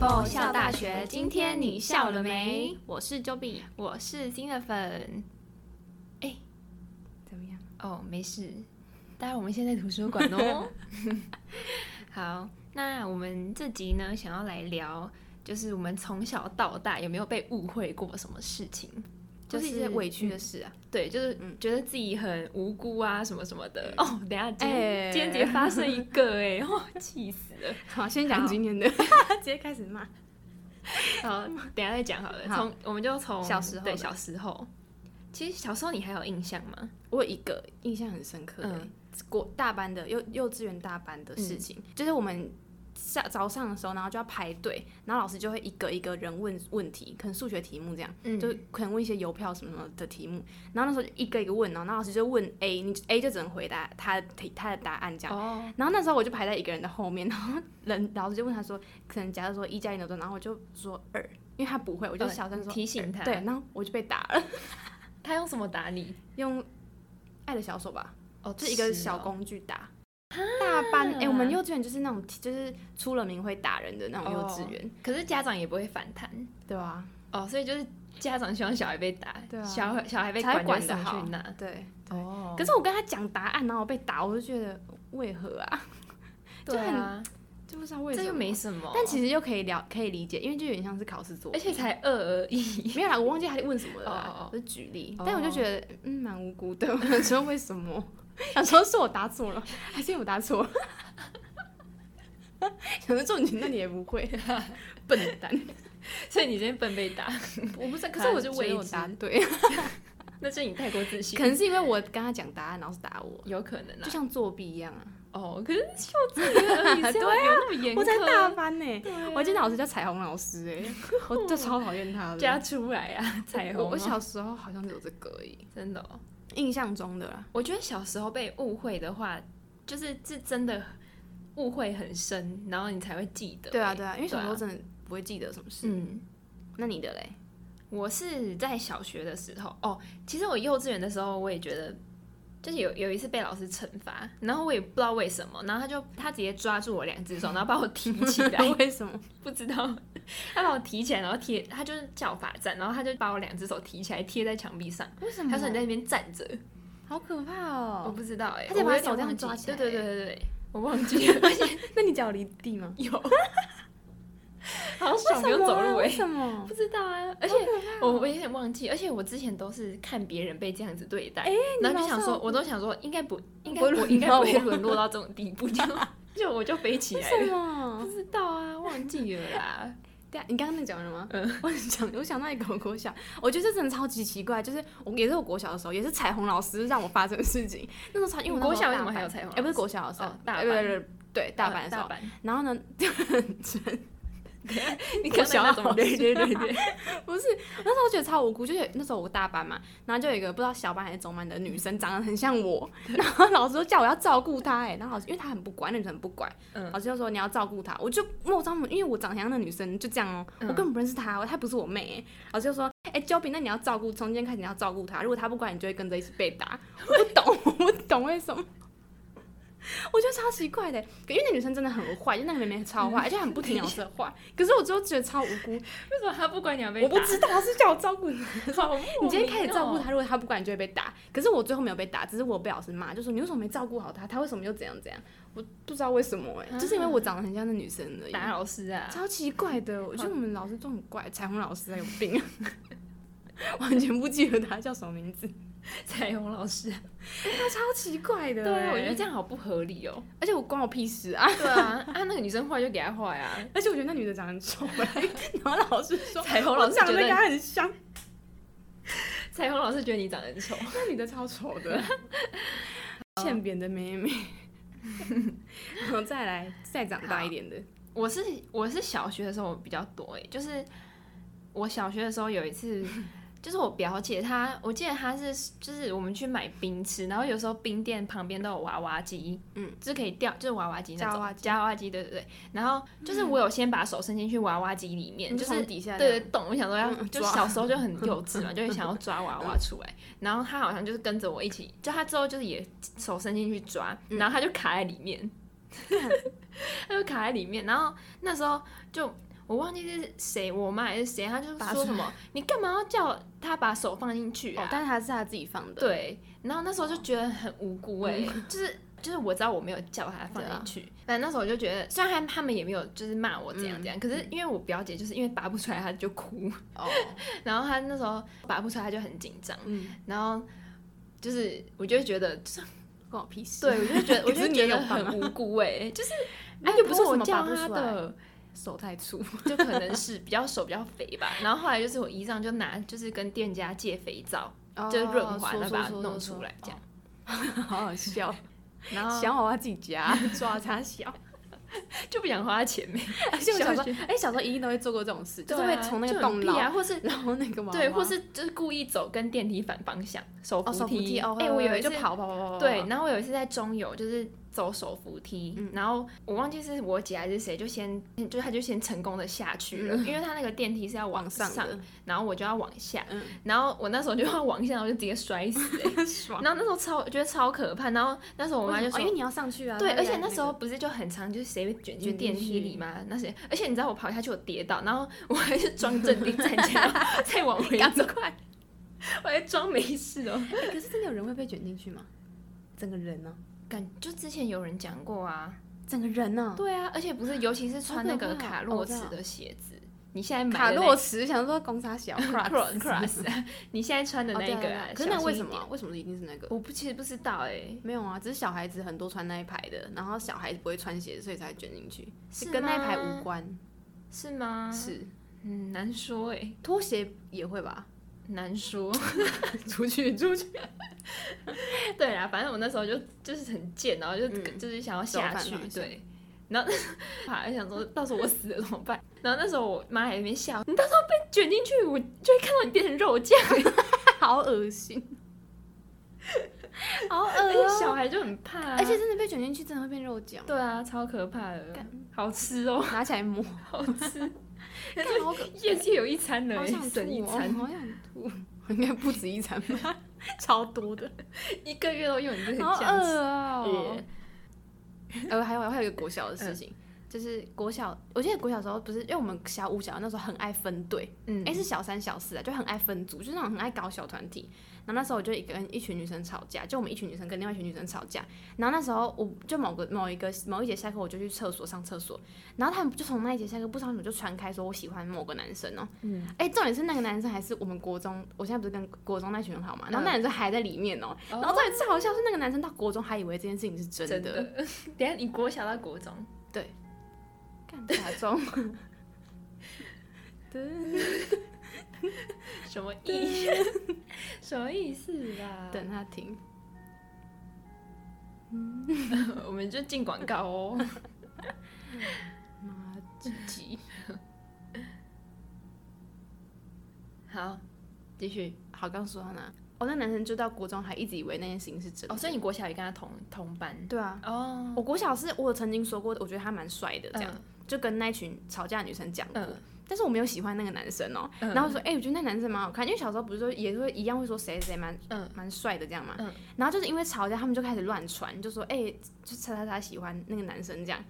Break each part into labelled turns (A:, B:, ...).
A: 哦，笑大学，今天你笑了没？
B: 我是 Joby，
A: 我是新的粉。
B: 怎么样？
A: 哦，没事，待会我们先在图书馆 哦。好，那我们这集呢，想要来聊，就是我们从小到大有没有被误会过什么事情，
B: 就
A: 就是是
B: 一
A: 一
B: 些
A: 些
B: 委
A: 委
B: 屈
A: 屈
B: 的
A: 的
B: 事啊。
A: 对，就是
B: 嗯
A: 觉得自己很无辜啊，什么什么的。哦，等一下今
B: 哎
A: 天今天姐发生一个哎、 哦，气死了。
B: 好，先讲今天的， 直接开始骂。
A: 好，等一下再讲好了。
B: 好
A: 从我们就从
B: 小时候
A: 对
B: 的
A: 小时候，其实小时候你还有印象吗？
B: 我有一个印象很深刻的、
A: 嗯
B: 国大班的幼幼稚园大班的事情，就是我们下早上的时候，然后就要排队，然后老师就会一个一个人问问题，可能数学题目这样，
A: 嗯
B: 就可能问一些邮票什么什么的题目，然后那时候就一个一个问，然后那老师就问 A，你 A 就只能回答他的题他的答案这样。
A: 哦，
B: 然后那时候我就排在一个人的后面，然后人老师就问他说，可能假如说一加一等于多少，然后我就说二，因为他不会，我
A: 我
B: 就小声说、
A: 提醒他，
B: 对，，然后我就被打了，
A: 他用什么打你？
B: 用爱的小手吧，
A: 哦，
B: 就是一个
A: 是哦
B: 小工具打。大班哎、我们幼稚园就是那种就是出了名会打人的那种幼稚园，
A: 可是家长也不会反弹
B: 对吧、
A: 哦，所以就是家长希望小孩被打，
B: 对啊
A: 小孩小孩被
B: 才
A: 管
B: 会管
A: 就
B: 得
A: 送
B: 好
A: 去那。
B: 对。
A: 哦
B: 可是我跟他讲答案，然后我被打，我就觉得为何啊？
A: 对啊，
B: 就不知道为什
A: 这
B: 么。
A: 又没什么，
B: 但其实又可以了，可以理解，因为就有点像是考试作
A: 而
B: 弊。
A: 且才二而已。
B: 没有啦，我忘记他问什么
A: 哦
B: 了
A: 哦
B: 啦
A: 哦，
B: 我就举例
A: 哦。
B: 但我就觉得嗯蛮无辜的， 我说为什么？想说是我答错了，还是我答错了？ 想说重点那你也不 会，笨蛋。
A: 所以你今天笨被打，
B: 我不是，可
A: 反
B: 是
A: 而
B: 我
A: 就
B: 就
A: 未
B: 没有
A: 知
B: 答对，
A: 那是你太过自信
B: 可，能是因为我跟他讲答案，然后是打 我，
A: 有可能啊
B: 就。像作弊一样啊。
A: 哦，可是幼稚园而已，谁
B: 对啊
A: 会有那么严苛？啊
B: 我在大班呢、
A: 对啊，
B: 我记得老师叫彩虹老师哎、我就超讨厌 他的。
A: 加出来啊，彩虹哦。
B: 我我小时候好像只有这个而已，
A: 真的哦，
B: 印象中的啦。
A: 我觉得小时候被误会的话，就是是真的误会很深，然后你才会记得。
B: 对啊，对啊，因为小时候
A: 对
B: 真的不会记得什么事。
A: 嗯。
B: 那你的嘞？
A: 我是在小学的时候哦，其实我幼稚园的时候，我也觉得，就是有有一次被老师惩罚，然后我也不知道为什么，然后他就他直接抓住我两只 手，然后把我提起 来，
B: 为什么？
A: 不知道他把我提起来，然后贴，他就是叫我罚站，然后他就把我两只手提起来贴在墙壁上，
B: 为什
A: 他
B: 他
A: 说
B: 说
A: 你
B: 你
A: 在
B: 在，
A: 那边站着，
B: 好可怕
A: 我
B: 哦。
A: 不知道哎、欸，
B: 他直接
A: 我
B: 把
A: 有
B: 手
A: 点
B: 这样
A: 忘记
B: 抓起来欸
A: 对对对对对，我忘记了，
B: 那你脚离地吗？
A: 有， 好爽，不用走路哎、
B: 为什么
A: 不？知道啊，而且我我有点忘记，而且我之前都是看别人被这样子对待，然后就想说，我都想说应该不应该
B: 不会轮
A: 我应该
B: 到
A: 不会
B: 我
A: 沦落到这种地步，就 就我就飞起
B: 为
A: 来
B: 什
A: 了，
B: 么
A: 不？知道啊，忘记了 啦，
B: 对啊，你刚刚那讲了吗？嗯，我想我想到一个我国小，我觉得这真的超级奇怪，就是我也是我国小的时候，也是彩虹老师让我发生的事情。那时候才因为我那时候
A: 国小为
B: 大
A: 什么还
B: 班
A: 有彩虹
B: 哎，不
A: 老
B: 是
A: 师
B: 国小的时候
A: 哦，大
B: 哎不
A: 班
B: 是不是对大班的时
A: 大
B: 候，
A: 班，
B: 然后呢，
A: 你
B: 国
A: 刚
B: 小
A: 才那种
B: 老师
A: 对对对对，
B: 不是，那时候我觉得超无辜，就是有那时候我大班嘛，然后就有一个不知道小班还是中班的女生，长得很像 我，然后老师就叫我要照顾她、哎，然后老师因为她很不乖，那女生很不乖，
A: 嗯
B: 老师就说你要照顾她，我就莫张因为我长得像那女生，就这样哦、
A: 嗯
B: 我根本不认识她哦，她不是我妹、哎老师就说，哎、j o b y 那你要照顾，从今天开始你要照顾她，如果她不乖，你就会跟着一起被打，我不懂，我不懂为什么。我觉得超奇怪的，欸因为那女生真的很坏，就那个妹妹超坏，而且很不听老师的话。可是我就觉得超无辜，
A: 为什么他不管你要被
B: 我不
A: 打
B: 知道，是叫我照顾你。
A: 好莫名哦
B: 你今天开始照顾他，如果他不管，你就会被打。可是我最后没有被打，只是我被老师骂，就说你为什么没照顾好他？他为什么又怎样怎样？我不知道为什么哎、
A: 啊
B: 就是因为我长得很像那女生而已，
A: 打老师 啊，
B: 超奇怪的。我觉得我们老师都很怪，彩虹老师啊有病， 完全不记得他叫什么名字，
A: 欸彩虹老师，
B: 超奇怪的、
A: 对啊，我觉得这
B: 样，
A: 样好不合理哦，
B: 而且我关我屁事啊！
A: 对啊，啊那个女生坏就给她坏啊，
B: 而且我觉得那女的长得很丑、 哎然后老师说
A: 彩虹老
B: 我
A: 师
B: 长
A: 觉
B: 得跟
A: 得
B: 她很像，
A: 彩虹老师觉得你长得很丑，
B: 那女的超丑的， 欠扁的妹妹。然后再来，再长大一点的，
A: 我是我是小学的时候比较多诶，就是我小学的时候有一次，就是我表姐她，我记得她是就是我们去买冰吃，然后有时候冰店旁边都有娃娃机，
B: 嗯，
A: 就是可以掉，就是娃娃机那种
B: 夹娃机
A: 夹娃娃机，对对对。然后就是我有先把手伸进去娃娃机里面，就是
B: 底下
A: 对对，懂。我想说要，
B: 嗯
A: 就
B: 抓
A: 小时候就很 幼稚嘛，就会想要抓娃娃出来。然后他好像就是跟着我一起，就他之后就是也手伸进去抓，
B: 嗯
A: 然后他就卡在里面，他就卡在里面。然后那时候就我忘记是谁，我妈还是谁，她就是
B: 拔
A: 说
B: 出
A: 什么，你干嘛要叫她把手放进去啊？
B: 哦，但是他是他自己放的，，
A: 对，然后那时候就觉得很无辜哎、就是就是我知道我没有叫他放
B: 嗯对啊
A: 进去，但那时候我就觉得，虽然他他们也没有就是骂我怎样
B: 嗯
A: 怎样，可是因为我表姐就是因为拔不出来，她就哭，
B: 哦，
A: 然后她那时候拔不出来，她就很紧张，
B: 嗯，
A: 然后就是我就会觉得，就是
B: 关我屁事。
A: 对我就觉得我
B: 可是
A: 就
B: 你
A: 觉
B: 也
A: 得
B: 有帮啊
A: 很无辜哎、就是
B: 啊
A: 哎
B: 又不是
A: 我
B: 什么拔
A: 叫
B: 不
A: 她
B: 出来
A: 的，
B: 手太粗，
A: 就可能是比较手比较肥吧。然后后来就是我姨丈就拿就是跟店家借肥皂， 就是润滑，然后把它弄出来这样。
B: 哦，好好 笑。
A: 然后
B: 想好他自己夹， 抓他小。
A: 就不想花钱呗，
B: 就我小时
A: 小
B: 候，哎，小时候一定都会做过这种事， 就是
A: 对
B: 会
A: 啊
B: 从那个
A: 就很
B: 洞
A: 屁
B: 捞，
A: 啊，或是
B: 然后那个嘛，
A: 对，或是就是故意走跟电梯反方向，手
B: 哦手扶
A: 梯。
B: 梯哦，
A: 哎、我有一次
B: 就跑跑跑跑跑，
A: 对，然后我有一次在中游就是走手扶梯，
B: 嗯
A: 然后我忘记是我姐还是谁，就先就她就先成功的下去了，
B: 嗯
A: 因为她那个电梯是要
B: 往
A: 上
B: 上的，
A: 然后我就要往下，
B: 嗯
A: 然后我那时候就要往下，我就直接摔死、 欸，
B: 爽。
A: 然后那时候超我觉得超可怕，然后那时候我妈就
B: 哦
A: 说
B: 因为。你要上去啊，
A: 对，
B: 大家
A: 而且那时候不是就很常，就是谁被卷进
B: 卷进
A: 电梯
B: 去
A: 里吗？那些，而且你知道我跑下去我跌倒，然后我还是装镇定站起来，然后 再往回走，快，我还装没事哦。
B: 那个，哎可是真的有人会被卷进去吗？整个人呢？
A: 感就之前有人讲过啊，
B: 整个人呢？
A: 对啊，而且不是，尤其是穿那
B: 好
A: 个
B: 可怕
A: 卡
B: 哦
A: 洛
B: 我知
A: 茨
B: 道
A: 的鞋子，你现在买
B: 卡
A: 的
B: 洛茨想说攻杀小
A: 那
B: cross
A: cross cross，你现在穿的
B: 哦
A: 那
B: 对啊
A: 个
B: 对
A: 啊
B: 啊，可是那
A: 小
B: 为
A: 心
B: 什
A: 一
B: 么
A: 点
B: 啊？为什么一定是那个？
A: 我不其实不知道哎，
B: 没有啊，只是小孩子很多穿那一排的，然后小孩子不会穿鞋，所以才卷进去，
A: 是
B: 跟那一
A: 吗
B: 排无关。
A: 是吗？
B: 是
A: 嗯，难说哎，
B: 拖鞋也会吧？
A: 难 说。
B: 出去出去，
A: 对啊，反正我那时候就就是很贱，然后就、
B: 嗯
A: 就是想要下去
B: 手反，方向
A: 对。然后 还想说，到时候我死了怎么办？然后那时候我妈还在那边笑，你到时候被卷进去，我就会看到你变成肉酱。
B: 好恶 心，好恶
A: 而且
B: 哦、
A: 小孩就很怕、啊，
B: 而且真的被卷进去，真的会变肉酱，
A: 对啊，超可怕的
B: 干，
A: 好吃哦，
B: 拿起来摸，
A: 好 吃，
B: 干好可，
A: 夜界有一餐了
B: 好
A: 耶，
B: 想吐、
A: 省一
B: 哦，
A: 餐，
B: 好想吐，应该不止一餐吧， 超多的，
A: 一个月都用你这个
B: 好
A: 酱吃
B: 饿。哦、
A: 耶
B: 呃，还有还有一个国小的事情，就是国小，我记得国小的时候不是，因为我们小五、小六那时候很爱分队，
A: 嗯，
B: 哎、是小三、小四啊，就很爱分组，就是那种很爱搞小团体。然后那时候我就一个跟一群女生吵架，就我们一群女生跟另外一群女生吵架。然后那时候我就某个某一个某一节下课，我就去厕所上厕所，然后他们就从那一节下课不知道怎么就传开说我喜欢某个男生哦、
A: 嗯，
B: 哎、重点是那个男生还是我们国中，我现在不是跟国中那群很好嘛，然后那男生还在里面哦、
A: 然
B: 然后重点最好笑是那个男生到国中还以为这件事情是真的，
A: 真的， 等一下你国小到国中，
B: 干 假装。
A: 什么意思？ 什么意思啦？
B: 等他停，
A: 我们就进广告 哦。
B: 妈 鸡。
A: 好，继续。
B: 好，刚说到哪？哦，那男生就到国中还一直以为那件事情是真的。
A: 哦，所以你国小也跟他同同班
B: 对啊，
A: 哦，
B: 我国小是我有曾经说过，我觉得他蛮帅的，这样、
A: 嗯
B: 就跟那群吵架的女生讲过。
A: 嗯
B: 但是我没有喜欢那个男生哦、
A: 嗯
B: 然后说，哎、我觉得那男生蛮好看，因为小时候不是说也会一样会说谁谁谁蛮
A: 嗯
B: 蛮帅的这样嘛。
A: 嗯
B: 然后就是因为吵架，他们就开始乱传，就说，哎、就叉叉叉喜欢那个男生这样。
A: 嗯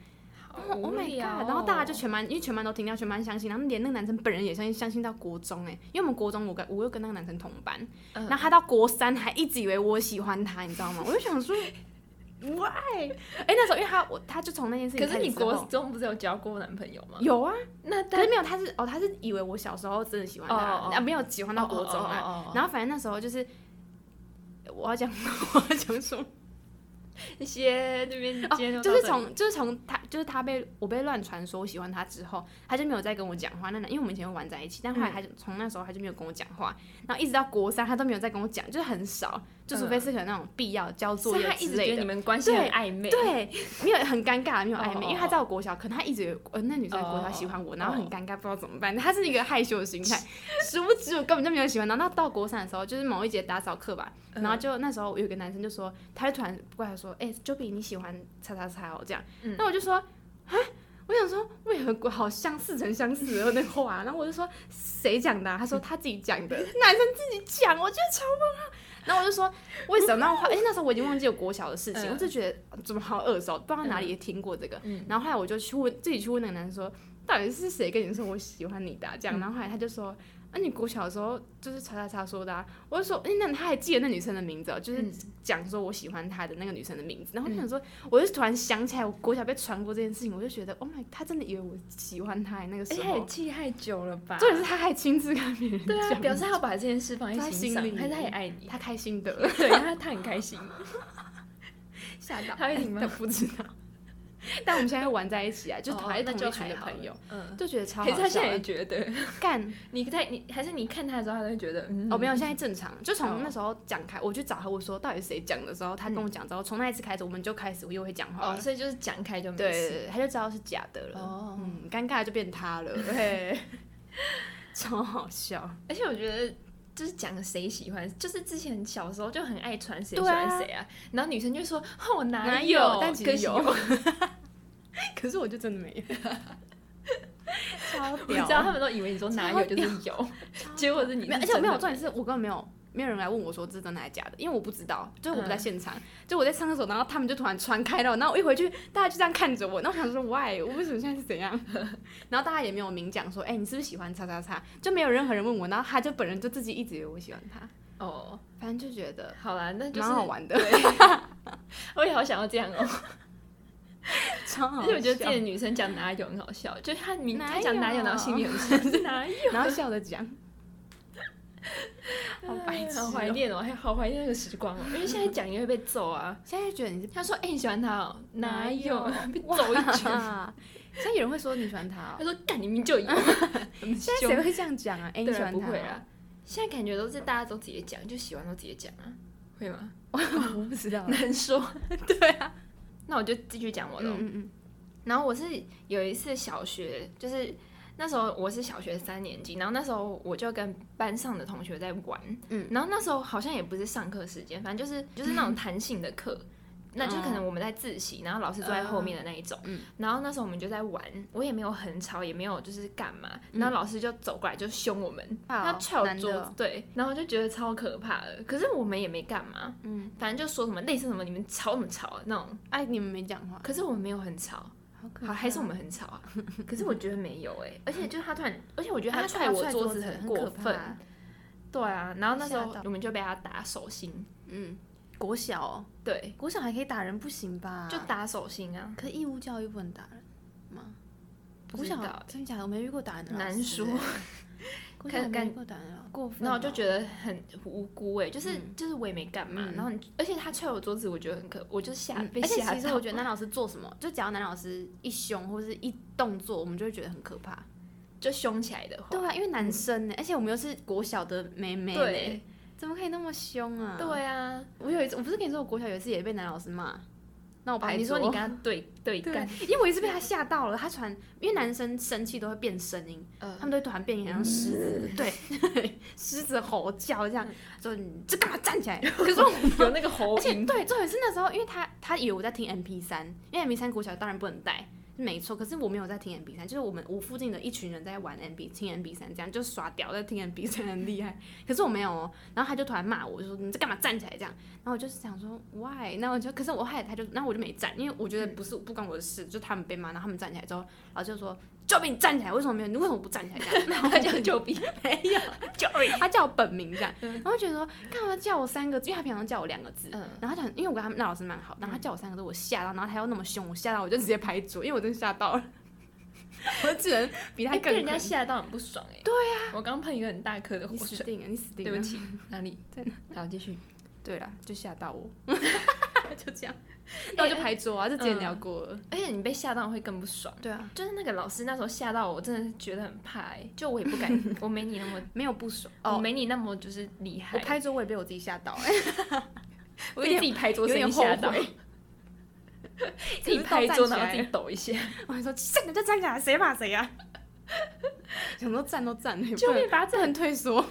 A: 好
B: 然后我 Oh
A: 无
B: my
A: 聊哦
B: god！然后大家就全班，因为全班都听到，全班相信，然后连那个男生本人也相信，相信到国中哎、因为我们国中我跟我又跟那个男生同班，
A: 嗯
B: 然后他到国三还一直以为我喜欢他，你知道吗？我就想 说，why？哎、那时候因为他我他就从那件事情
A: 可
B: 开
A: 是
B: 始
A: 你
B: 之后，
A: 国中不是有交过男朋友吗？
B: 有啊，
A: 那
B: 可是没有，他是哦，他是以为我小时候真的喜欢他，
A: 哦哦哦
B: 啊没有喜欢到国中啊。
A: 啊
B: 然后反正那时候就是我要讲 我要讲什么？
A: 一些这边
B: 哦
A: 今天到
B: 就是
A: 这里
B: 从就是从他就是他被我被乱传说我喜欢他之后，他就没有再跟我讲话。那男因为我们以前会玩在一起，但后来
A: 嗯
B: 他就从那时候他就没有跟我讲话，然后一直到国三他都没有再跟我讲，就是很少，就除非是可能那种必要交作
A: 所以嗯
B: 业
A: 他一
B: 之
A: 直觉
B: 类
A: 得你
B: 的。
A: 们关系很暧昧，
B: 对，没有很尴尬，没有暧昧
A: 哦哦哦
B: 因为他在我国小，可能他一直以为呃那女生在国小喜欢我
A: 哦
B: 然后很尴尬，不知道怎么办。他 是一个害羞的 心态，殊不知我根本就没有喜欢。然后到国三的时候，就是某一节打扫课吧，
A: 嗯，
B: 然后就那时候有个男生就说，他就突然过来说，哎、j o b y 你喜欢叉叉叉哦这样，
A: 嗯
B: 那我就说，啊，我想说为何好像似曾相识哦的那话、然后我就说谁讲的啊、他说他自己讲 的，男生自己讲，我觉得超棒啊。然后我就说为什么那话？哎、那时候我已经忘记有国小的事情，
A: 嗯
B: 我就觉得怎么好耳熟，不知道哪里也听过这个。
A: 嗯
B: 然后后来我就去问自己去问那个男生说，到底是谁跟你说我喜欢你的啊、
A: 嗯
B: 这样，然后后来他就说，啊，你国小的时候就是查查查说的、啊，我就说，哎、那他还记得那女生的名字、哦，就是
A: 嗯
B: 讲说我喜欢她的那个女生的名字，然后我想说，我就突然想起来，我国小被传过这件事情，我就觉得，Oh my，他真的以为我喜欢他欸那个
A: 而
B: 时
A: 且他也
B: 候，
A: 记太久了吧？
B: 重点是他还亲自跟别人
A: 哎对啊，
B: 讲
A: 表示他有把这件事放
B: 在
A: 在
B: 心
A: 心上，
B: 里
A: 还是他也爱 你？
B: 他开心的。
A: 对，他他很开心，
B: 吓到
A: 他会听吗
B: 但不知道。但我们现在玩在一起啊，就
A: 哦
B: 讨厌
A: 那
B: 同
A: 就
B: 一群的
A: 还好
B: 朋友，
A: 嗯。
B: 就觉得超
A: 可
B: 好
A: 是他
B: 笑
A: 现在也
B: 的。
A: 觉得，
B: 干
A: 你在你还是你看他的时候，他都会觉得，嗯，
B: 哦，没有，现在正常。就
A: 哦
B: 从那时候讲开，我去找他，我说到底是谁讲的时候，他跟我讲之后，从那一次开始，我们就开始又会讲
A: 嗯
B: 话
A: 哦，
B: 了。
A: 所以就是讲开就没
B: 对对，
A: 事。
B: 对他就知道是假的了。
A: 哦，
B: 嗯，尴尬就变他了，嘿， 超好笑。
A: 而且我觉得就是讲谁喜欢，就是之前小时候就很爱传谁喜
B: 对啊
A: 欢谁啊，然后女生就说哦我哪
B: 哪
A: 有，
B: 有但其实
A: 可惜
B: 有
A: 我
B: 可是我就真的没 有，超
A: 你
B: 屌
A: 知。道他们都以为你说哪有 就是有，结果是你是
B: 啊没有，而且我没
A: 真
B: 有，
A: 的
B: 重点是我根本没有，没有人来问我说这是真的还是假的，因为我不知道，就是我
A: 嗯
B: 不在现场，就我在上厕所，然后他们就突然传开了，然后我一回去，大家就这样看着我，然后我想说 why，我为什么现在是怎样？ 然后大家也没有明讲说，哎、你是不是喜欢叉叉叉？就没有任何人问我，然后他就本人就自己一直以为我喜欢他，
A: 哦，
B: 反正就觉得
A: 好啦，那就是
B: 蛮好，玩的，
A: 我也好想要这样 哦。
B: 超好
A: 而且我觉得自
B: 笑
A: 己的女生讲哪有很好笑，就是她明
B: 哪
A: 她讲哪有，
B: 有
A: 然后心里很笑，是哪有？
B: 然后笑着讲，好白 痴、
A: 好怀
B: 哦。
A: 念哦，还好怀念那个时光哦，因为现在讲也会被揍啊。
B: 现在就觉得 你是
A: 他说：“哎、你喜欢他哦？哪有？ 被
B: 哇
A: 揍一拳。”
B: 啊现在有人会说你喜欢他、哦
A: 他，说：“干，你明明就有。很
B: 现在
A: 凶
B: 谁会这样讲啊？哎、你
A: 对
B: 喜
A: 啊
B: 欢
A: 不
B: 他、
A: 会啊，现在感觉都是大家都直接讲，就喜欢都直接讲啊，
B: 嗯
A: 会吗？
B: 我不知道
A: 难说。
B: 对啊，
A: 那我就继续讲我的哦、
B: 嗯嗯嗯，
A: 然后我是有一次小学，就是那时候我是小学三年级，然后那时候我就跟班上的同学在玩，
B: 嗯
A: 然后那时候好像也不是上课时间，反正就是就是那种弹性的 课。那就可能我们在自习，然后老师坐在后面的那一种，
B: 哦嗯
A: 然后那时候我们就在玩，我也没有很吵，也没有就是干嘛，
B: 嗯
A: 然后老师就走过来就凶我们，他
B: 好
A: 踹我
B: 难
A: 桌
B: 得
A: 子
B: 哦，
A: 对，然后我就觉得超可怕的，可是我们也没干嘛，
B: 嗯，
A: 反正就说什么类似什么你们吵什么吵啊那种，
B: 哎、你们没讲话，
A: 可是我们没有很吵，
B: 好可
A: 好，还是我们很吵啊？可是我觉得没有哎、而且就是他突然，而且我觉得
B: 啊
A: 他
B: 他
A: 踹我桌子很过
B: 可怕
A: 分。对啊，然后那时
B: 吓
A: 候
B: 到
A: 我们就被他打手心，
B: 嗯，国小、哦，
A: 对，
B: 国小还可以打人，不行吧？
A: 就，打手心啊，
B: 可义务教育不能打人吗？
A: 不
B: 国
A: 知
B: 小
A: 道欸
B: 真的假的？我没遇过打人的老师、
A: 难说。
B: 欸。国小
A: 看
B: 没
A: 看
B: 遇过打人的老师，过分、
A: 然后我就
B: 得，
A: 觉得很无辜哎、就是、
B: 嗯
A: 就是我也没干嘛，
B: 嗯
A: 然后你而且他踹我桌子，我觉得很可，我就吓、
B: 嗯
A: 被
B: 而且
A: 吓
B: 其实
A: 到
B: 我。觉得男老师做什么，就只要男老师一凶或是一动作，我们就会觉得很可怕。
A: 就凶起来的话，
B: 对啊，因为男生呢、而且我们又是国小的妹妹、
A: 对，
B: 怎么可以那么凶啊？
A: 对啊，
B: 我有一次，我不是跟你说，我国小有一次也被男老师骂，那我
A: 哦
B: 白、
A: 你说你跟他 对对干，
B: 对，因为我一直被他吓到了。他传，因为男生生气都会变声音，
A: 呃
B: 他们都会突然变音，像狮子，对，狮子吼叫这样，
A: 嗯
B: 说你这干嘛 站起来？可是我
A: 有那个喉
B: 而且
A: 音，
B: 对，重点是那时候，因为他他以为我在听 MP 三，因为 MP 三国小当然不能带，没错。可是我没有在听 MP 三，就是我们我附近的一群人在玩 MP 听 MP 三，这样就耍屌在听 MP 三很厉害。可是我没有哦，然后他就突然骂我，就说你在干嘛站起来这样？然后我就是想说 why？那我就可是我害他就，然后我就没站，因为我觉得不是不关我的事，就他们被骂，然后他们站起来之后，老师就说 Joey 你站起来，为什么没有？你为什么不站起来 这样？然后
A: 他
B: 我就
A: 就就比
B: 没有 Joey，他叫我嗯本名这样，然后我觉得说干嘛叫我三个字，因为他平常叫我两个字，
A: 嗯
B: 然后他就很，因为我跟他们那老师蛮好，然后他叫我三个字，我吓到，然后他又那么凶，我吓到我就直接拍桌，因为我真的吓到了， 我只能比他
A: 哎
B: 更
A: 被人家
B: 狠
A: 吓到很不爽哎、对啊，我刚喷一个很大颗的火
B: 你
A: 水
B: 死。定了，你死定了，
A: 对啊不，起，哪 里？
B: 在
A: 哪？好，继续。
B: 对啦，就吓到 我，就这样，然后就拍桌啊，就之前聊过了，
A: 而且你被吓到会更不爽。
B: 对啊，
A: 就是那个老师那时候吓到我，真的是觉得很怕、欸，就我也 不敢，我没你那么，
B: 没有不爽
A: 我
B: 哦。
A: 没你那么就是厉害。
B: 我拍桌我也被我自己吓到， 哎，
A: 我被自己拍桌
B: 有
A: 声
B: 点
A: 音
B: 后
A: 吓到，
B: 悔，
A: 自己拍桌
B: 可是都站起
A: 然
B: 来
A: 后自己抖一下，
B: 我还说站着就站起来，谁骂谁啊呀？ 想说站都站了，也不
A: 就
B: 能
A: 被 把
B: 这
A: 这。
B: 很退缩，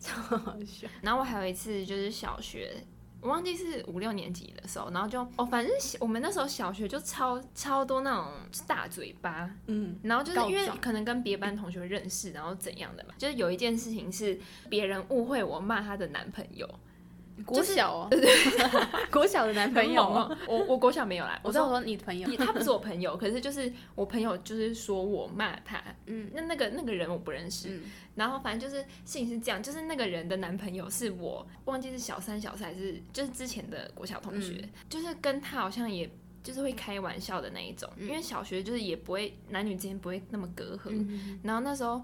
B: 超好笑。
A: 然后我还有一次就是小学。我忘记是五六年级的时候，然后就哦，反正小我们那时候小学就超超多那种大嘴巴，
B: 嗯，
A: 然后就是因
B: 告
A: 为
B: 状
A: 可能跟别班同学认识，然后怎样的嘛，就是有一件事情是别人误会我骂她的男朋友，
B: 国小 哦，国小的男朋友
A: 很
B: 哦，
A: 猛哦我我国小没有 啦，
B: 我
A: 我
B: 知道我
A: 说
B: 说你的朋友，
A: 他不是我朋友，可是就是我朋友就是说我骂他，
B: 嗯
A: 那那个那个人我不认识，
B: 嗯，
A: 然后反正就是事情是这样，就是那个人的男朋友是我忘记是小三小四还是就是之前的国小同学，
B: 嗯
A: 就是跟他好像也就是会开玩笑的那一种，
B: 嗯
A: 因为小学就是也不会男女之间不会那么隔阂，
B: 嗯
A: 然后那时候。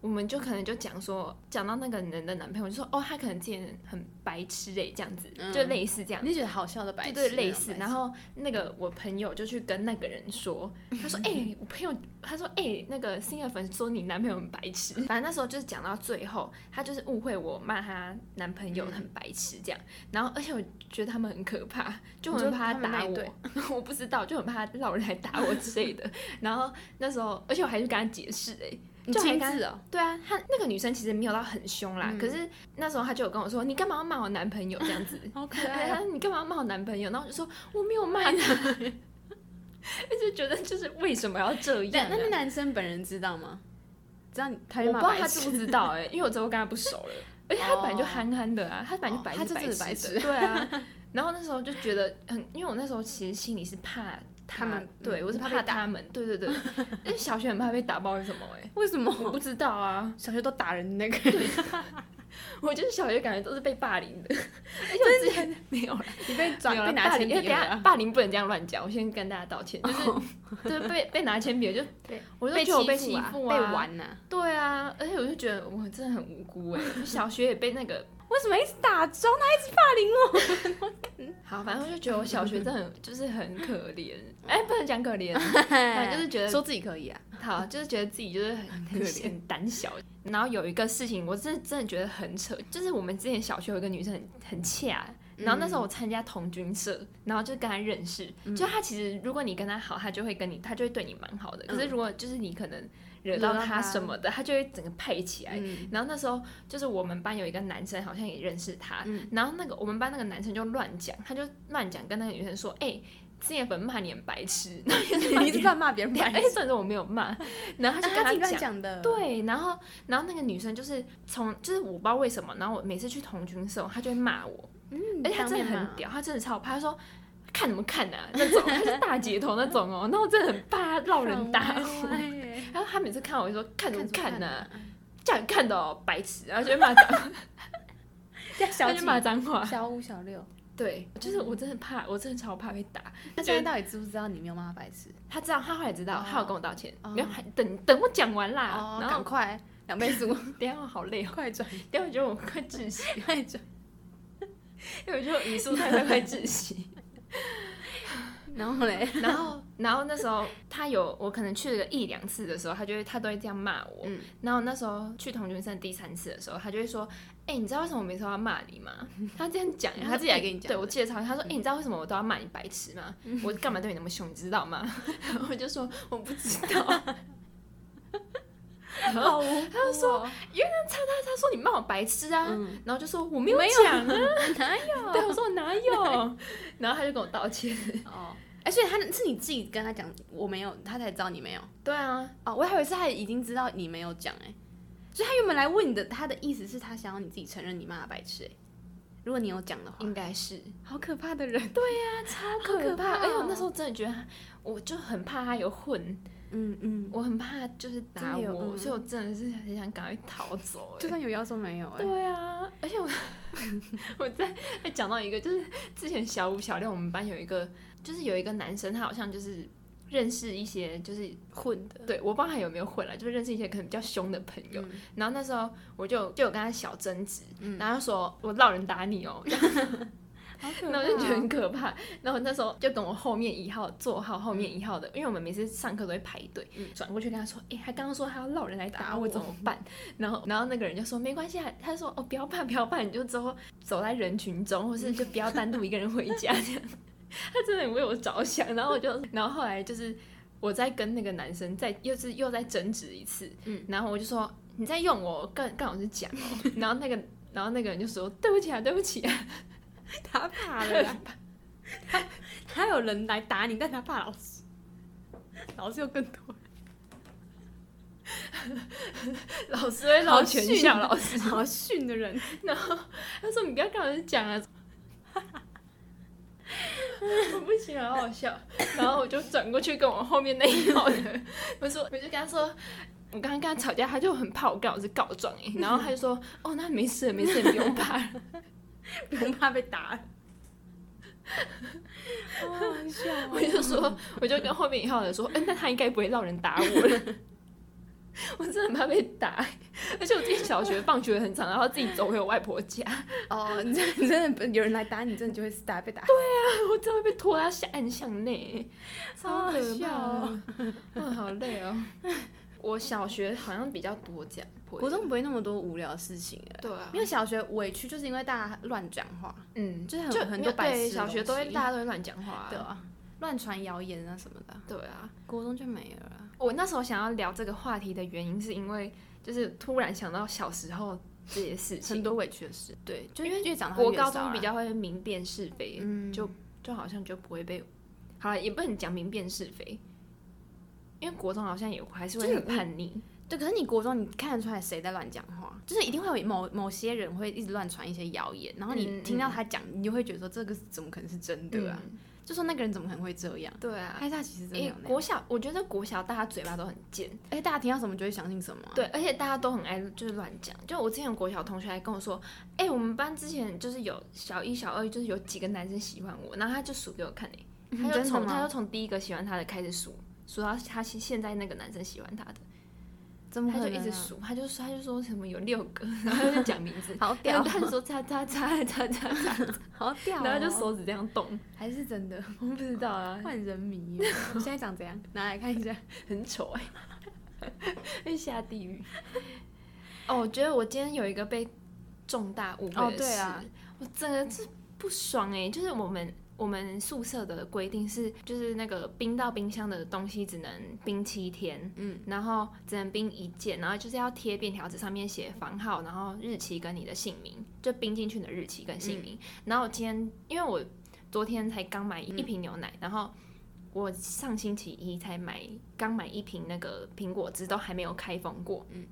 A: 我们就可能就讲说，讲到那个人的男朋友，就说哦，他可能之前很白痴哎、这样子，
B: 嗯
A: 就类似这样。
B: 你就觉得好笑的白
A: 对
B: 痴，啊
A: 对，类似。
B: 那种白痴
A: 然后那个我朋友就去跟那个人说，他 说：“哎、我朋友，他说，哎、那个新的粉说你男朋友很白痴。”反正那时候就是讲到最后，他就是误会我骂她男朋友很白痴这样。然后而且我觉得他们很可怕，就我
B: 你
A: 很
B: 说
A: 怕
B: 他
A: 他
B: 们
A: 打
B: 那一对
A: 我，我不知道，就很怕老人来打我之类的。然后那时候，而且我还去跟他解释、哎，
B: 你
A: 就还
B: 亲
A: 刚
B: 自哦，
A: 对啊，她那个女生其实没有到很凶啦，
B: 嗯
A: 可是那时候她就有跟我说：“你干嘛要骂我男朋友这样子？”
B: 好可
A: 对啊，你干嘛要骂我男朋友？然后我就说我没有 骂他，就觉得就是为什么要这样
B: 那
A: 啊、
B: 那男生本人知道吗？知道你他
A: 我
B: 会
A: 不
B: 骂
A: 知道
B: 白
A: 他
B: 痴
A: 知不知道哎、 因为我之后跟他不熟了，而且他本来就
B: 欸哦
A: 憨憨的啊，他本来就白
B: 哦
A: 痴、
B: 他真的是白
A: 痴的，对啊。然后那时候就觉得很，因为我那时候其实心里是怕
B: 他们
A: 对
B: 嗯
A: 我是
B: 你怕
A: 怕
B: 被打
A: 他们，对对 对，因为小学很怕被打爆是什么哎、
B: 为什么？
A: 我不知道啊，
B: 小学都打人那个，
A: 我就是小学感觉都是被霸凌的，而且我之前 没有啦
B: 你被抓
A: 没有啦
B: 被拿
A: 霸
B: 铅
A: 凌，
B: 笔
A: 因为等一下
B: 了，
A: 霸凌不能这样乱讲，我先跟大家道歉， 就是对被被拿铅笔就
B: 对，
A: 我就觉得我被欺
B: 负
A: 负
B: 啊
A: 啊，
B: 被玩呐，
A: 对啊，而且我就觉得我真的很无辜哎、我小学也被那个，
B: 为什么一直打中？啊他一直霸凌我。
A: 好，反正我就觉得我小学真的很就是很可怜，哎、不能讲可怜，反正就是觉得
B: 说自己可以啊，
A: 好，就是觉得自己就是很
B: 可
A: 很
B: 怜
A: 很胆小。然后有一个事情，我真的真的觉得很扯，就是我们之前小学有一个女生很很恰。然后那
B: 嗯
A: 时候我参加童军社，然后就跟她认识，就她其实如果你跟她好，她就会跟你，她就会对你蛮好的。可是
B: 嗯
A: 如果就是你可能惹
B: 惹
A: 到
B: 到
A: 她
B: 她
A: 什么的，她就会整个配起来，
B: 嗯
A: 然后那时候就是我们班有一个男生，好像也认识他，
B: 嗯
A: 然后那个我们班那个男生就乱讲，他就乱讲跟那个女生说，哎、之前粉骂你很白痴，然后就是骂
B: 你一直
A: 人
B: 乱骂 别人，
A: 哎，虽然说我没有 骂，然后他就
B: 哎他自
A: 跟
B: 己
A: 他
B: 乱
A: 讲。
B: 讲的，，
A: 对，然后，然后那个女生就是从，就是我不知道为什么，然后我每次去童军社，她就会骂我，
B: 嗯，
A: 而且她真的很屌，她真的超怕，她说看什么看啊那种，她是大姐头那种哦，那我真的很 怕她
B: 当
A: 闹
B: 面骂，
A: 人打
B: 很
A: 我，
B: 歪 歪
A: 然后她每次看我就说看什么看
B: 呢
A: 啊，？叫你看的哦，白痴，然后就会骂脏，
B: 这
A: 他
B: 样小嗯
A: 就
B: 几
A: 骂脏话。
B: 啊小五小六，
A: 对，就是我真的怕，我真的超怕被打。
B: 那现在到底知不知道你没有骂他白痴？
A: 他知道，他后来知道
B: 哦，
A: 他有跟我道歉，
B: 哦
A: 没有，还等等我讲完啦
B: 哦，。
A: 然
B: 赶
A: 后
B: 快两倍速，
A: 等一下我好累哦，
B: 快转，
A: 等一下我觉得我快窒息，
B: 快转。
A: 因为我觉得我语速太快，快窒 息。
B: 然后嘞，
A: 然后，然后那时候他有我可能去了一两次的时候，他就会他都会这样骂我。
B: 嗯
A: 然后那时候去童军生第三次的时候，他就会说：“哎、你知道为什么我每次都要骂你 吗？”他这样讲，
B: 嗯
A: 说
B: 他自己来
A: 欸
B: 跟你讲
A: 对
B: 的
A: 我记得超清他说：“哎、你知道为什么我都要骂你白痴吗？我干嘛对你那么凶，你知道吗？”然后我就说：“我不知 道。然后
B: 好无辜哦，他
A: 说他他说你骂我白痴啊，
B: 嗯
A: 然后就说我没有
B: 没有
A: 讲啊，
B: 哪
A: 对，
B: 有？
A: 我说我哪 有，然后他就跟我道歉。
B: 哦，哎，所以他是你自己跟他讲我没有，他才知道你没有。
A: 对啊，
B: 哦，我还以为是他已经知道你没有讲哎、所以他原本来问你的，他的意思是他想要你自己承认你骂他白痴哎、如果你有讲的话，
A: 应该是
B: 好可怕的人，
A: 超
B: 可
A: 可
B: 怕
A: 怕，而且我
B: 哦
A: 那时候真的觉得他，我就很怕他有混，
B: 嗯嗯，
A: 我很怕就是打
B: 真的有
A: 我，
B: 嗯
A: 所以我真的是很想赶快逃走、
B: 就
A: 欸。
B: 算有要说没有哎、
A: 对啊，而 且我我在在讲到一个，就是之前小五小六我们班有一个，就是有一个男生，他好像就是认识一些，就是
B: 混的，
A: 对我不知道他有没有混了，就是认识一些可能比较凶的朋友。
B: 嗯
A: 然后那时候我就就有跟他小争执，
B: 嗯
A: 然后他说我老人打你哦、
B: 好可哦
A: 那我就觉得很可怕。然后那时候就跟我后面一号座号后面一号的，因为我们每次上课都会排队
B: 嗯，
A: 转、过去跟他说：“哎、他刚刚说他要闹人来打
B: 打
A: 我，
B: 我
A: 怎么办？”然后，然后那个人就说：“没关系。”啊，他说：“哦，不要怕，不要怕，你就之后走在人群中，或是就不要单独一个人回家这样。” 他真的很为我着想。然后我就，然后后来就是我在跟那个男生在又是又在争执一次，
B: 嗯
A: 然后我就说：“你在用我更更好是讲哦。” 然后那个。然后那个人就说：“对不起啊，对不起啊。
B: 他怕了啦，他他有人来打你，但他怕老师，老师又更多人，”
A: 老师会绕全校老师，
B: 好训的人，
A: 然后他说你不要跟老师讲啊， 我不行啊，好好笑。然后我就转过去跟我后面那一号的，我说我就跟他说。我刚刚跟他吵架，他就很怕我跟老师告状 欸然后他就说：“哦，那没事了，没事了，你不用怕了。
B: 不用怕被打。哇，很哦笑”啊
A: 我就说，我就跟后面一号的说：“嗯、那他应该不会让人打我了。” 我真的很怕被打欸，而且我自己小学放学很长，然后自己走回我外婆家，
B: 哦！你真你真的有人来打你，真的就会打被打。
A: 我真的会被拖到下暗巷内，超
B: 好
A: 可
B: 笑
A: 怕
B: 哦
A: 哦！哇，好累哦。我小学好像比较多这样，不会
B: 国中不会那么多无聊的事情哎，
A: 对啊
B: 因，为小学委屈就是因为大家乱讲话，
A: 嗯，
B: 就是很
A: 就
B: 很多白痴
A: 对
B: 的
A: 小学都会
B: 东西
A: 大家都会乱讲话啊，
B: 对啊，乱传谣言啊什么的。
A: 对啊。
B: 国中就没了啊啦。
A: 我那时候想要聊这个话题的原因，是因为就是突然想到小时候这些事
B: 很
A: 情，
B: 多委屈的事，对，就因为越长大
A: 我
B: 越
A: 高
B: 少
A: 中比
B: 啦，
A: 较会明辨是非，
B: 嗯，
A: 就就好像就不会被，好了，也不能讲明辨是非，因为国中好像也还是
B: 就
A: 会
B: 是
A: 很叛逆，
B: 对。可是你国中你看得出来谁在乱讲话，就是一定会有某某些人会一直乱传一些谣言，然后你
A: 嗯
B: 听到
A: 嗯
B: 他讲，你就会觉得说这个怎么可能是真的啊？
A: 嗯
B: 就说那个人怎么可能会这样？
A: 对啊，
B: 开下其实真的
A: 诶
B: 有那样，
A: 国小，我觉得国小大家嘴巴都很尖，
B: 哎，大家听到什么就会相信什么啊。
A: 对，而且大家都很爱就是乱讲。就我之前有国小同学还跟我说，哎、我们班之前就是有小一、小二，就是有几个男生喜欢我，然后他就数给我看、 欸，
B: 嗯，
A: 他就
B: 真的
A: 从他
B: 吗
A: 就？从第一个喜欢他的开始数，数到他现现在那个男生喜欢他的，
B: 怎么啊
A: 他就
B: 会
A: 一直
B: 输？。
A: 数，他就说他就说什么有六个，然后他就讲名字
B: 好
A: 然
B: 屌
A: 后，他就说叉叉叉叉 叉叉，
B: 好屌哦，
A: 然后就手指这样动，
B: 还是真的
A: 我不知道啊，
B: 换人迷 耶，现在长怎样？拿来看一下。
A: 很丑哎、会 下地狱。哦，我觉得我今天有一个被重大误
B: 哦
A: 会的
B: 对
A: 事，
B: 啊
A: 我真的是不爽哎、就是我们我们宿舍的规定是，就是那个冰到冰箱的东西只能冰七天。
B: 嗯，
A: 然后只能冰一件，然后就是要贴便条纸，上面写房号，然后日期跟你的姓名，就冰进去你的日期跟姓名。然后我今天，因为我昨天才刚买一瓶牛奶，然后我上星期一才买，刚买一瓶那个苹果汁，都还没有开封过。嗯，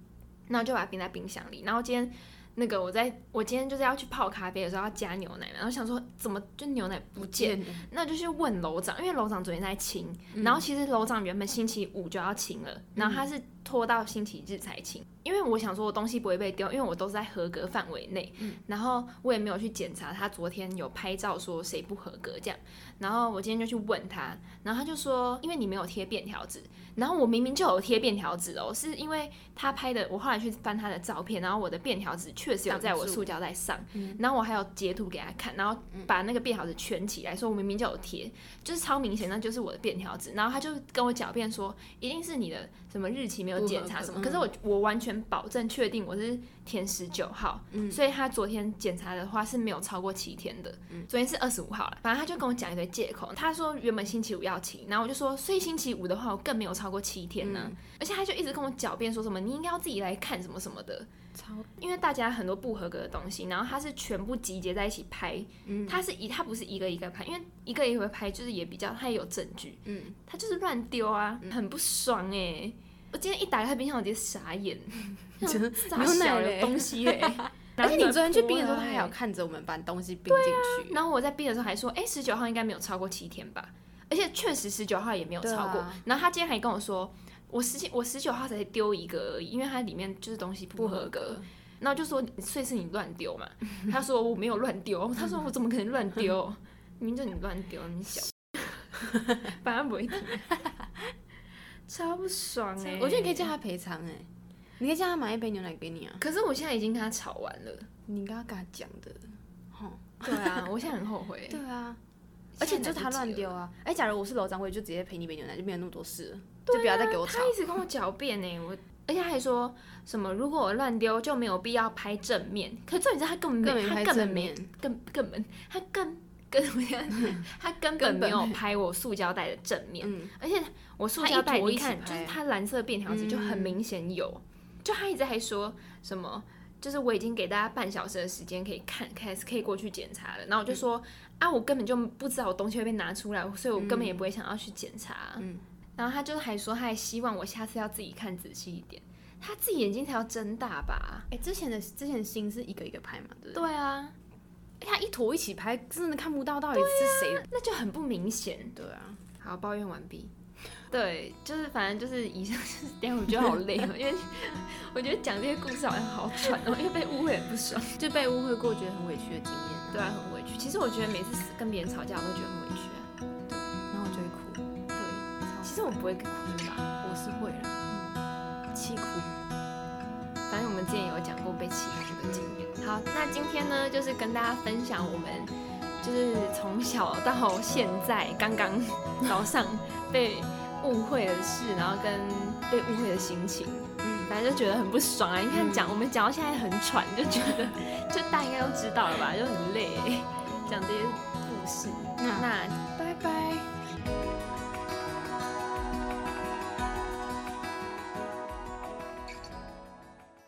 A: 那我就把它冰在冰箱里。然后今天那个我在我今天就是要去泡咖啡的时候要加牛奶嘛，然后想说怎么就牛奶不见
B: 了。
A: 那就去问楼长，因为楼长昨天在清，
B: 嗯
A: 然后其实楼长原本星期五就要清了，然后他是拖到星期日才清，因为我想说我东西不会被丢，因为我都是在合格范围内，
B: 嗯
A: 然后我也没有去检查他昨天有拍照说谁不合格这样，然后我今天就去问他，然后他就说因为你没有贴便条纸，然后我明明就有贴便条纸哦，是因为他拍的，我后来去翻他的照片，然后我的便条纸确实有在我
B: 挡住嗯
A: 塑胶袋上，然后我还有截图给他看，然后把那个便条纸圈起来，说我明明就有贴，就是超明显，那就是我的便条纸。然后他就跟我狡辩说，一定是你的什么日期没有
B: 不合
A: 检查
B: 格
A: 什么。
B: 嗯
A: 可是我我完全保证确定我是填十九号，
B: 嗯
A: 所以他昨天检查的话是没有超过七天的。
B: 嗯
A: 昨天是二十五号了，反正他就跟我讲一堆借口。他说原本星期五要请，然后我就说，所以星期五的话我更没有超过七天呢、
B: 嗯
A: 而且他就一直跟我狡辩说什么你应该要自己来看什么什么的。
B: 超
A: 因为大家很多不合格的东西，然后它是全部集结在一起拍，
B: 嗯
A: 它是一它不是一个一个拍，因为一个一个拍就是也比较它也有证据，
B: 嗯，
A: 它就是乱丢啊，很不爽哎、我今天一打开冰箱，我直接傻 眼，
B: 嗯
A: 傻
B: 牛奶
A: 小
B: 嘞
A: 有 东西 哎、
B: 而且你昨天去冰的时候，
A: 拿
B: 他
A: 出来
B: 还有看着我们把东西冰进去，
A: 然后我在冰的时候还说，哎、十九号应该没有超过七天吧，而且确实十九号也没有超过。
B: 对啊
A: 然后他今天还跟我说，我十七我十九号才丢一个而已，因为它里面就是东西不合格。然后就说，所以是你乱丢嘛？他说我没有乱丢，他说我怎么可能乱丢？明明就你乱丢，你 小，反正不会听，超不爽哎、
B: 我觉得你可以叫他赔偿哎，你可以叫他买一杯牛奶给你啊，
A: 可是我现在已经跟他吵完了，
B: 你刚刚跟他讲的，
A: 对 啊，我现在很后悔、
B: 对啊，而
A: 而且
B: 且
A: 就
B: 就是
A: 他
B: 他乱
A: 乱
B: 丢
A: 丢
B: 啊，哎，假如我是楼长，我也就直接赔你一杯牛奶，就没有那么多事了，就不要再给我吵
A: 他，一直跟我狡辩呢、我而且他还说什么如果我乱丢就没有必要拍正面，可重点是他根本没，
B: 根本
A: 他
B: 拍
A: 根本
B: 正
A: 没，
B: 面，
A: 根根本他根根本 他根本
B: 根
A: 没
B: 本
A: 有拍我塑胶袋的正面，
B: 嗯，
A: 而且我塑胶袋
B: 他一坨哎嗯
A: 你
B: 一起
A: 看，就
B: 拍
A: 是它蓝色便条纸就很明显有，就他一直还说什么。就是我已经给大家半小时的时间可以看，开始可以过去检查了。然
B: 嗯
A: 后我就说、啊，我根本就不知道我东西会被拿出来，所以我根本也不会想要去检查。
B: 嗯
A: 然后他就还说，他还希望我下次要自己看仔细一点。他自己眼睛才要睁大吧？
B: 哎、之前的之前的星是一个一个拍嘛，对不对？
A: 对啊，
B: 哎、他一坨一起拍，真的看不到到底是谁。
A: 那就很不明显。
B: 对啊，
A: 好，抱怨完毕。对，就是反正就是以上就是这样，我觉得好累哦，因为我觉得讲这些故事好像好喘哦，因为被误会很不爽。
B: 就被误会过，觉得很委屈的经验、啊。
A: 对啊，很委屈。其实我觉得每次跟别人吵架，我都觉得很委屈啊。
B: 然后我就会哭，
A: 对，其实我不会哭啦，
B: 我是会啦，嗯气哭。
A: 反正我们之前有讲过被欺负的经验。好，那今天呢，就是跟大家分享我们就是从小到现在，刚刚早上被误会的事，然后跟被误会的心情。
B: 嗯，
A: 反正就觉得很不爽啊！你看
B: 嗯
A: 讲、我们讲到现在很喘，就觉得就大家应该都知道了吧，就很累、讲这些故事。
B: 那
A: 那
B: 拜拜。